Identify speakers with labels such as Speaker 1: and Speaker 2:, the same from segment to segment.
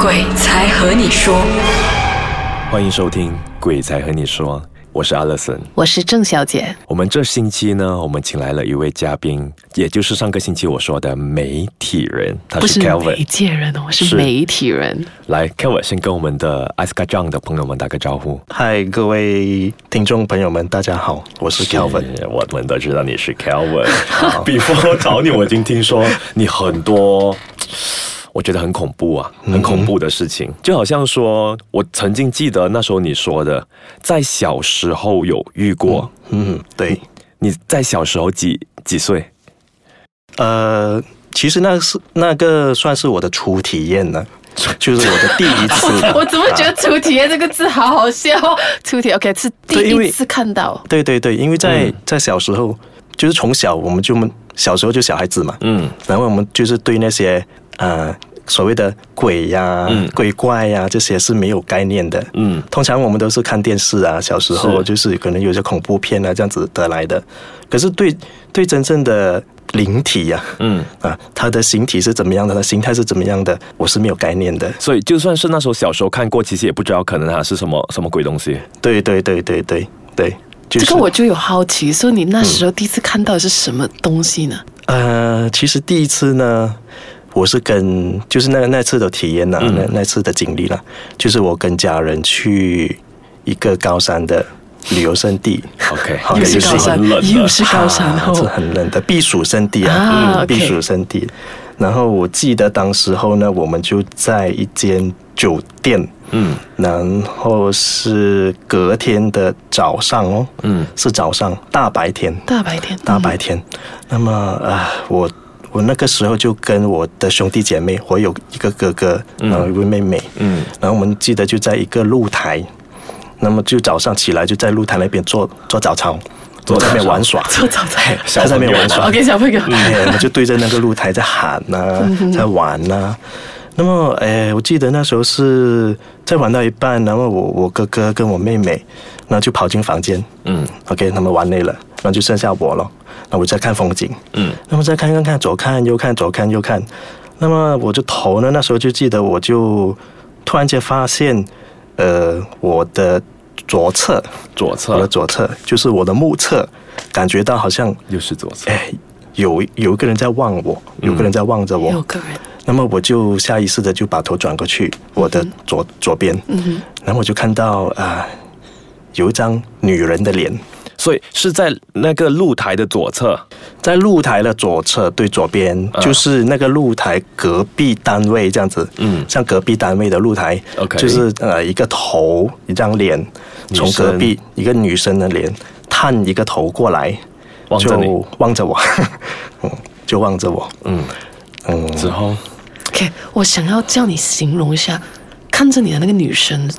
Speaker 1: 鬼才和你说。
Speaker 2: 欢迎收听《鬼才和你说》，我是 Alison。
Speaker 3: 我是郑小姐，
Speaker 2: 我们这星期呢，我们请来了一位嘉宾，也就是上个星期我说的媒体人，他
Speaker 3: 不
Speaker 2: 是
Speaker 3: 是
Speaker 2: Calvin
Speaker 3: 媒。介人哦，我
Speaker 2: 是
Speaker 3: 是媒体人。
Speaker 2: 来，Calvin 先跟我们的 a s k a j a n g 的朋友们打个招呼。
Speaker 4: 嗨，各位听众朋友们，大家好，我是 Kelvin。
Speaker 2: 是我们都知道你是 Calvin。Before 找你，我已经听说你很多，我觉得很恐怖啊，很恐怖的事情。就好像说，我曾经记得那时候你说的，在小时候有遇过。
Speaker 4: 嗯，对，
Speaker 2: 你在小时候几几岁？
Speaker 4: 呃，其实那是那个算是我的初体验呢，就是我的第一次
Speaker 3: 。
Speaker 4: 啊
Speaker 3: 我怎么觉得“初体验”这个字好好笑？初体 OK 是第
Speaker 4: 对因为
Speaker 3: 一次看到，
Speaker 4: 对对对，因为在、
Speaker 2: 嗯
Speaker 4: 在小时候，就是从小我们就小时候就小孩子嘛，
Speaker 2: 嗯，
Speaker 4: 然后我们就是对那些呃所谓的鬼呀、
Speaker 2: 嗯
Speaker 4: 鬼怪呀、这些是没有概念的。
Speaker 2: 嗯
Speaker 4: 通常我们都是看电视啊，小时候
Speaker 2: 是
Speaker 4: 就是可能有些恐怖片啊这样子得来的。可是对对真正的灵体呀、
Speaker 2: 嗯，
Speaker 4: 啊，它的形体是怎么样的，它形态是怎么样的，我是没有概念的。
Speaker 2: 所以就算是那时候小时候看过，其实也不知道可能它是什么什么鬼东西。
Speaker 4: 对对对对对对，就是、
Speaker 3: 这个我就有好奇，说你那时候第一次看到的是什么东西呢？
Speaker 4: 呃，其实第一次呢，我是跟就是那那次的体验呐、那那次的经历啦，就是我跟家人去一个高山的旅游胜地。
Speaker 2: OK，
Speaker 4: 好
Speaker 2: 也
Speaker 4: 又
Speaker 2: 就是是
Speaker 4: 高
Speaker 3: 山
Speaker 2: 很冷
Speaker 3: 又
Speaker 2: 的。
Speaker 3: 是高山
Speaker 4: 啊
Speaker 3: 哦
Speaker 4: 是很冷的避暑胜地啊，
Speaker 3: 啊
Speaker 4: 嗯
Speaker 3: OK
Speaker 4: 避暑胜地。嗯然后我记得当时候呢，我们就在一间酒店，
Speaker 2: 嗯
Speaker 4: 然后是隔天的早上哦，
Speaker 2: 嗯
Speaker 4: 是早上大白天，
Speaker 3: 大白天，
Speaker 4: 大白天。那么啊，我我那个时候就跟我的兄弟姐妹，我有一个哥哥，然后一位妹妹，
Speaker 2: 嗯
Speaker 4: 然后我们记得就在一个露台，那么就早上起来就在露台那边做做早操，
Speaker 2: 做
Speaker 4: 我在那边
Speaker 2: 早操
Speaker 4: 玩耍，
Speaker 3: 做早餐
Speaker 4: 他在那边玩
Speaker 2: 小朋友
Speaker 4: 耍
Speaker 2: 嘛
Speaker 3: ，OK 小朋友，
Speaker 4: 哎，我们就对着那个露台在喊呐、在玩呐、那么，哎，我记得那时候是在玩到一半，然后我我哥哥跟我妹妹，然后就跑进房间，
Speaker 2: 嗯
Speaker 4: OK，他们玩累了，然后就剩下我了。那我在看风景，
Speaker 2: 嗯，
Speaker 4: 那么再看看看，左看右看，左看右看。那么我就头呢，那时候就记得，我就突然间发现，呃，我的左侧，
Speaker 2: 左
Speaker 4: 我的
Speaker 2: 侧
Speaker 4: 左侧就是我的目侧，感觉到好像，
Speaker 2: 又是左侧。
Speaker 4: 哎，有有一个人在望我，
Speaker 2: 嗯
Speaker 4: 有个人在望着
Speaker 2: 哎
Speaker 4: 我。
Speaker 3: 有个人，
Speaker 4: 那么我就下意识的就把头转过去，
Speaker 2: 嗯
Speaker 4: 我的左左边，
Speaker 3: 嗯
Speaker 4: 然后我就看到啊、有一张女人的脸。
Speaker 2: 所以是在那个露台的左侧。
Speaker 4: 在露台的左侧，对左边、
Speaker 2: 嗯
Speaker 4: 就是那个露台隔壁单位这样子，
Speaker 2: 嗯
Speaker 4: 像隔壁单位的露台
Speaker 2: OK
Speaker 4: 就是呃一个头一张脸，
Speaker 2: 女
Speaker 4: 从
Speaker 2: 生
Speaker 4: 隔壁一个女生的脸探一个头过来，
Speaker 2: 望着你
Speaker 4: 就望着我， 嗯就望着我，
Speaker 2: 嗯，
Speaker 4: 嗯，
Speaker 2: 之后
Speaker 3: ，OK，我想要叫你形容一下，看着你的那个女生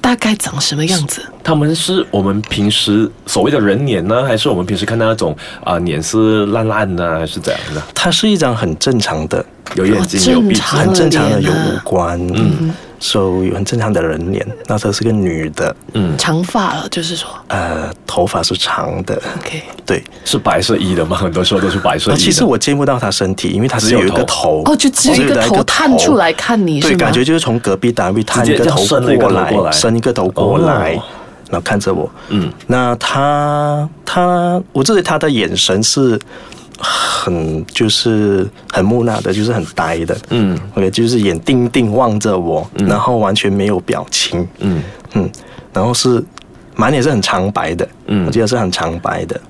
Speaker 3: 大概长什么样子？
Speaker 2: 他们是我们平时所谓的人脸呢，还是我们平时看到那种啊、脸是烂烂的，还是怎样的？
Speaker 4: 它是一张很正常的，
Speaker 2: 有眼睛，有鼻
Speaker 3: 哦正常
Speaker 2: 子。
Speaker 4: 很正常的
Speaker 3: 脸
Speaker 4: 有
Speaker 3: 啊
Speaker 4: 五官，嗯，so, 有很正常的人脸，那她是个女的，
Speaker 2: 嗯，
Speaker 3: 长发了，就是说
Speaker 4: 呃，头发是长的，
Speaker 3: ，OK，
Speaker 4: 对。
Speaker 2: 是白色衣的吗？很多时候都是白色衣
Speaker 4: 啊，
Speaker 2: 的。
Speaker 4: 其实我见不到他身体，因为他
Speaker 2: 只
Speaker 4: 是
Speaker 2: 有
Speaker 4: 有一个头，
Speaker 3: 哦就只有一个头探出来看你是
Speaker 4: 对，
Speaker 3: 吗
Speaker 4: 感觉就是从隔壁单位探一
Speaker 2: 直接
Speaker 4: 个
Speaker 2: 这样
Speaker 4: 头
Speaker 2: 伸了一个
Speaker 4: 过
Speaker 2: 头过来
Speaker 4: 来，伸一个头过来，
Speaker 2: 哦
Speaker 4: 然后看着我。
Speaker 2: 嗯，
Speaker 4: 那他他，我记得他的眼神是很就是很木讷的，就是很呆的。
Speaker 2: 嗯
Speaker 4: ，OK，就是眼定定望着我，然后完全没有表情。
Speaker 2: 嗯
Speaker 4: 嗯，然后是满脸是很长白的，
Speaker 2: 嗯
Speaker 4: 我记得是很长白的。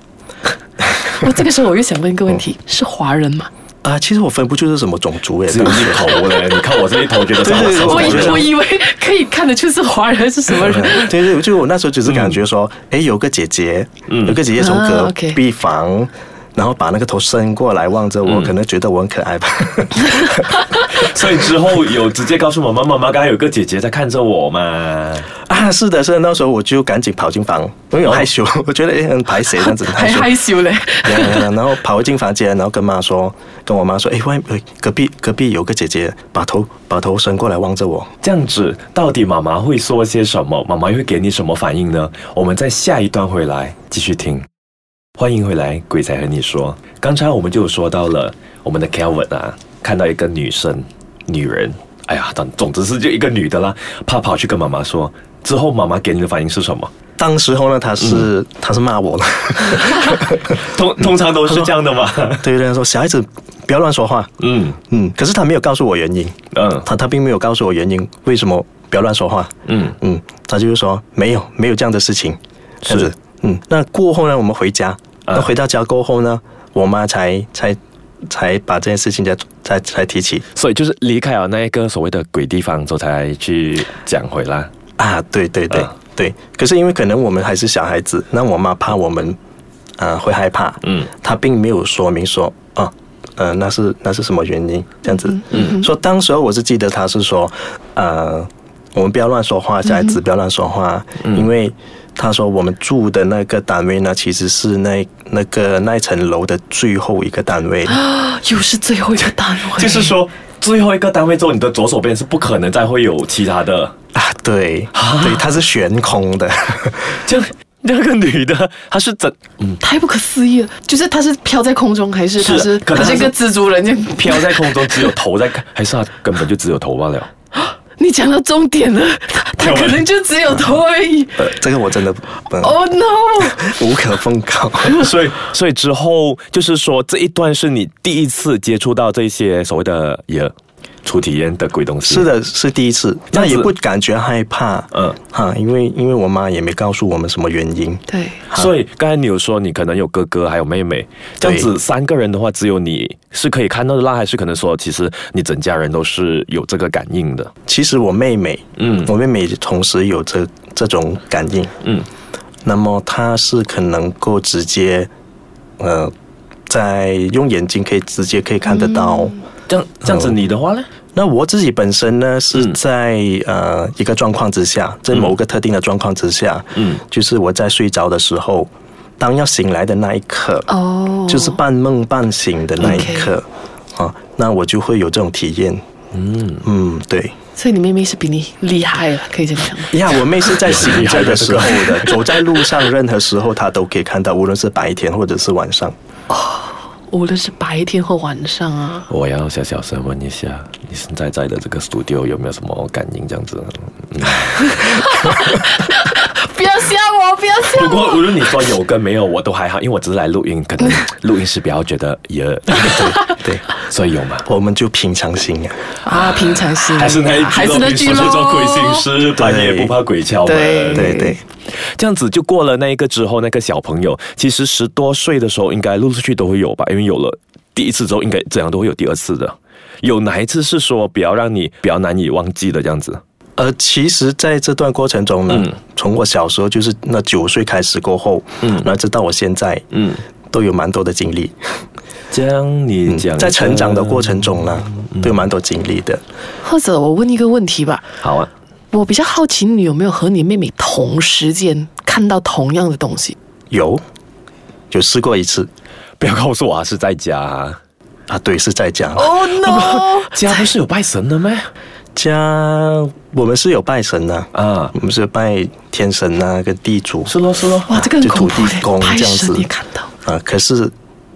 Speaker 3: 我这个时候我又想问一个问题，是华人吗？
Speaker 4: 啊、其实我分不出是什么种族诶，
Speaker 2: 只有一头嘞。你看我这一哦头，觉得是
Speaker 4: 对对对
Speaker 3: 我
Speaker 2: 我
Speaker 4: 觉得
Speaker 3: 以
Speaker 4: 是呃
Speaker 3: 我以为可以看得出是华人是什么人。
Speaker 4: 对对，就我那时候只是
Speaker 2: 嗯
Speaker 4: 感觉说，哎、有个姐姐，有个姐姐从
Speaker 3: 啊
Speaker 4: 隔
Speaker 3: OK
Speaker 4: 壁房。然后把那个头伸过来望着我，
Speaker 2: 嗯
Speaker 4: 可能觉得我很可爱吧。
Speaker 2: 所以之后有直接告诉妈妈，妈妈刚才有个姐姐在看着我嘛。
Speaker 4: 啊，是的，是的，那时候我就赶紧跑进房，因为我害羞， 我觉得哎很排谁这样子，很
Speaker 3: 还
Speaker 4: 害羞。
Speaker 3: 害羞嘞，
Speaker 4: 然后然后跑进房间，然后跟妈说，跟我妈说，哎，外哎隔壁隔壁有个姐姐把头把头伸过来望着我。
Speaker 2: 这样子，到底妈妈会说些什么？妈妈会给你什么反应呢？我们在下一段回来继续听。欢迎回来，鬼才和你说。刚才我们就有说到了，我们的 Kelvin 啊，看到一个女生，女人哎呀，总总之是就一个女的啦，怕跑去跟妈妈说，之后妈妈给你的反应是什么？
Speaker 4: 当时候呢，他是、他是骂我了，
Speaker 2: 通通常都是这样的嘛。
Speaker 4: 对对，他说小孩子不要乱说话，
Speaker 2: 嗯
Speaker 4: 嗯，可是他没有告诉我原因，
Speaker 2: 嗯
Speaker 4: 他他并没有告诉我原因，为什么不要乱说话？
Speaker 2: 嗯
Speaker 4: 嗯，他就是说没有没有这样的事情，这样
Speaker 2: 是
Speaker 4: 子。嗯，那过后呢，我们回家，
Speaker 2: 啊
Speaker 4: 那回到家过后呢，我妈才才才把这件事情才才才提起
Speaker 2: 所以就是离开了那一个所谓的鬼地方之后，才去讲回来。
Speaker 4: 啊，对对对、
Speaker 2: 啊
Speaker 4: 对。可是因为可能我们还是小孩子，那我妈怕我们啊、会害怕，
Speaker 2: 嗯
Speaker 4: 她并没有说明说啊。呃，那是那是什么原因？这样子，嗯，说当时候我是记得她是说，呃，我们不要乱说话，小孩子不要乱说话，因为她说我们住的那个单位呢，其实是那那个那一层楼的最后一个单位，
Speaker 3: 啊，又是最后一个单位，
Speaker 2: 就是说最后一个单位之后，你的左手边是不可能再会有其他的。
Speaker 4: 啊，对，对，它是悬空的，
Speaker 2: 这样那个女的她是怎嗯
Speaker 3: 太不可思议了。就是它是飘在空中，还是
Speaker 2: 是
Speaker 3: 它是
Speaker 2: 可能
Speaker 3: 它是一
Speaker 2: 它
Speaker 3: 个
Speaker 2: 是
Speaker 3: 蜘蛛人这样
Speaker 2: 飘在空中，只有头在看，还是她根本就只有头罢了？
Speaker 3: 你讲到重点了，它它
Speaker 2: 跳完
Speaker 3: 可能就只有头而已。
Speaker 4: 呃，这个我真的、呃
Speaker 3: Oh no！
Speaker 4: 无可奉告。
Speaker 2: 所以，所以之后就是说，这一段是你第一次接触到这些所谓的也初体验的鬼东西。
Speaker 4: 是，的，是第一次，
Speaker 2: 这
Speaker 4: 那
Speaker 2: 样子
Speaker 4: 也不感觉害怕，
Speaker 2: 嗯
Speaker 4: 哈，因为因为我妈也没告诉我们什么原因，
Speaker 3: 对，
Speaker 2: 所以刚才你有说你可能有哥哥还有妹妹，这样子三个人的话，只有你是可以看到的啦，还是可能说其实你整家人都是有这个感应的？
Speaker 4: 其实我妹妹，
Speaker 2: 嗯
Speaker 4: 我妹妹同时有这这种感应，
Speaker 2: 嗯，
Speaker 4: 那么她是可能够直接，呃，在用眼睛可以直接可以看得到。
Speaker 2: 这样这样子你的话呢？
Speaker 4: 那我自己本身呢，是
Speaker 2: 嗯
Speaker 4: 在、呃一个状况之下，在某个特定的状况之下，
Speaker 2: 嗯
Speaker 4: 就是我在睡着的时候，当要醒来的那一刻，
Speaker 3: 哦，
Speaker 4: 就是半梦半醒的那一刻啊，那我就会有这种体验。
Speaker 2: 嗯，
Speaker 4: 嗯，对。
Speaker 3: 所以你妹妹是比你厉害了，可以这么讲吗。
Speaker 4: 呀，我妹是在醒着的时候的，走在路上，任何时候她都可以看到，无论是白天或者是晚上。
Speaker 3: 无论是白天或晚上啊，
Speaker 2: 我要小小声问一下，你现在在的这个 studio 有没有什么感应？这样子？
Speaker 3: 不要吓我，不要吓
Speaker 2: 不
Speaker 3: 我。
Speaker 2: 过无论你说有跟没有，我都还好，因为我只是来录音，可 能录音师比较觉得也
Speaker 4: 对，
Speaker 2: 所以有嘛。
Speaker 4: 我们就平常心啊。
Speaker 3: 啊，平常 心
Speaker 2: 还是那一
Speaker 3: 还是那句
Speaker 2: 说
Speaker 3: 喽，
Speaker 2: 去做鬼心师，半夜不怕鬼敲门。
Speaker 3: 对
Speaker 4: 对对，
Speaker 2: 这样子就过了那一个之后，那个小朋友其实十多岁的时候，应该陆陆续续都会有吧，因为有了第一次之后，应该怎样都会有第二次的。有哪一次是说比较让你比较难以忘记的这样子？
Speaker 4: 呃，其实在这段过程中呢，
Speaker 2: 嗯
Speaker 4: 从我小时候就是那九岁开始过后，
Speaker 2: 嗯
Speaker 4: 然后直到我现在，
Speaker 2: 嗯，
Speaker 4: 都有蛮多的经历。
Speaker 2: 这样嗯你讲、
Speaker 4: 在成长的过，程中呢，都有蛮多经历的。
Speaker 3: 或者我问一个问题吧，
Speaker 2: 好啊，
Speaker 3: 我比较好奇你有没有和你妹妹同时间看到同样的东西？
Speaker 4: 有，有试过一次
Speaker 2: 不要告诉我啊是在家啊、
Speaker 4: 啊，对，是在家。
Speaker 3: 哦、no！
Speaker 2: 家不啊是有拜神的咩？
Speaker 4: 家我们是有拜神呐、
Speaker 2: 啊
Speaker 4: 我，们是拜天神呐、跟地主
Speaker 2: 是咯是咯，
Speaker 3: 哇，这个很
Speaker 4: 就
Speaker 3: 恐
Speaker 4: 土
Speaker 3: 怖
Speaker 4: 地公
Speaker 3: 耶，拍
Speaker 4: 这样
Speaker 3: 神
Speaker 4: 子
Speaker 3: 也看到，
Speaker 4: 啊，可是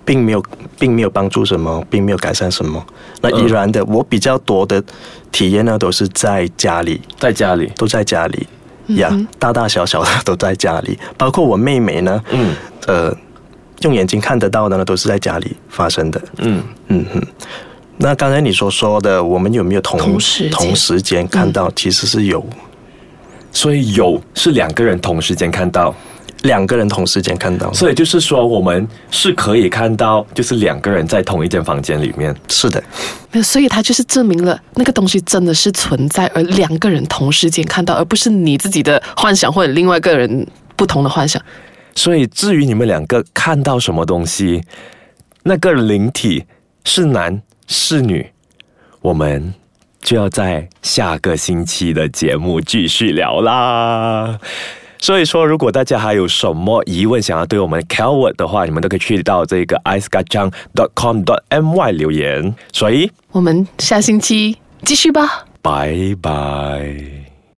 Speaker 4: 并没有并没有帮助什么，并没有改善什么。那依然的，我比较多的体验呢，都是在家里，
Speaker 2: 在家里，
Speaker 4: 都在家里呀大大小小的 都在家里，包括我妹妹呢，
Speaker 2: 嗯
Speaker 4: 呃，用眼睛看得到的呢，都是在家里发生的。
Speaker 2: 嗯
Speaker 4: 嗯哼，那刚才你所说的，我们有没有同
Speaker 3: 同时间
Speaker 4: 同时间看到？其实是有
Speaker 2: 所以有是两个人同时间看到，
Speaker 4: 两个人同时间看到，
Speaker 2: 所以就是说我们是可以看到，就是两个人在同一间房间里面。
Speaker 4: 是的，
Speaker 3: 没有，所以它就是证明了那个东西真的是存在，而两个人同时间看到，而不是你自己的幻想或者另外一个人不同的幻想。
Speaker 2: 所以至于你们两个看到什么东西，那个灵体是男是女，我们。就要在下个星期的节目继续聊啦。所以说，如果大家还有什么疑问想要对我们 Calvert 的话，你们都可以去到这个 i c e g a j a n g c o m m y 留言。所以，
Speaker 3: 我们下星期继续吧。
Speaker 2: 拜拜。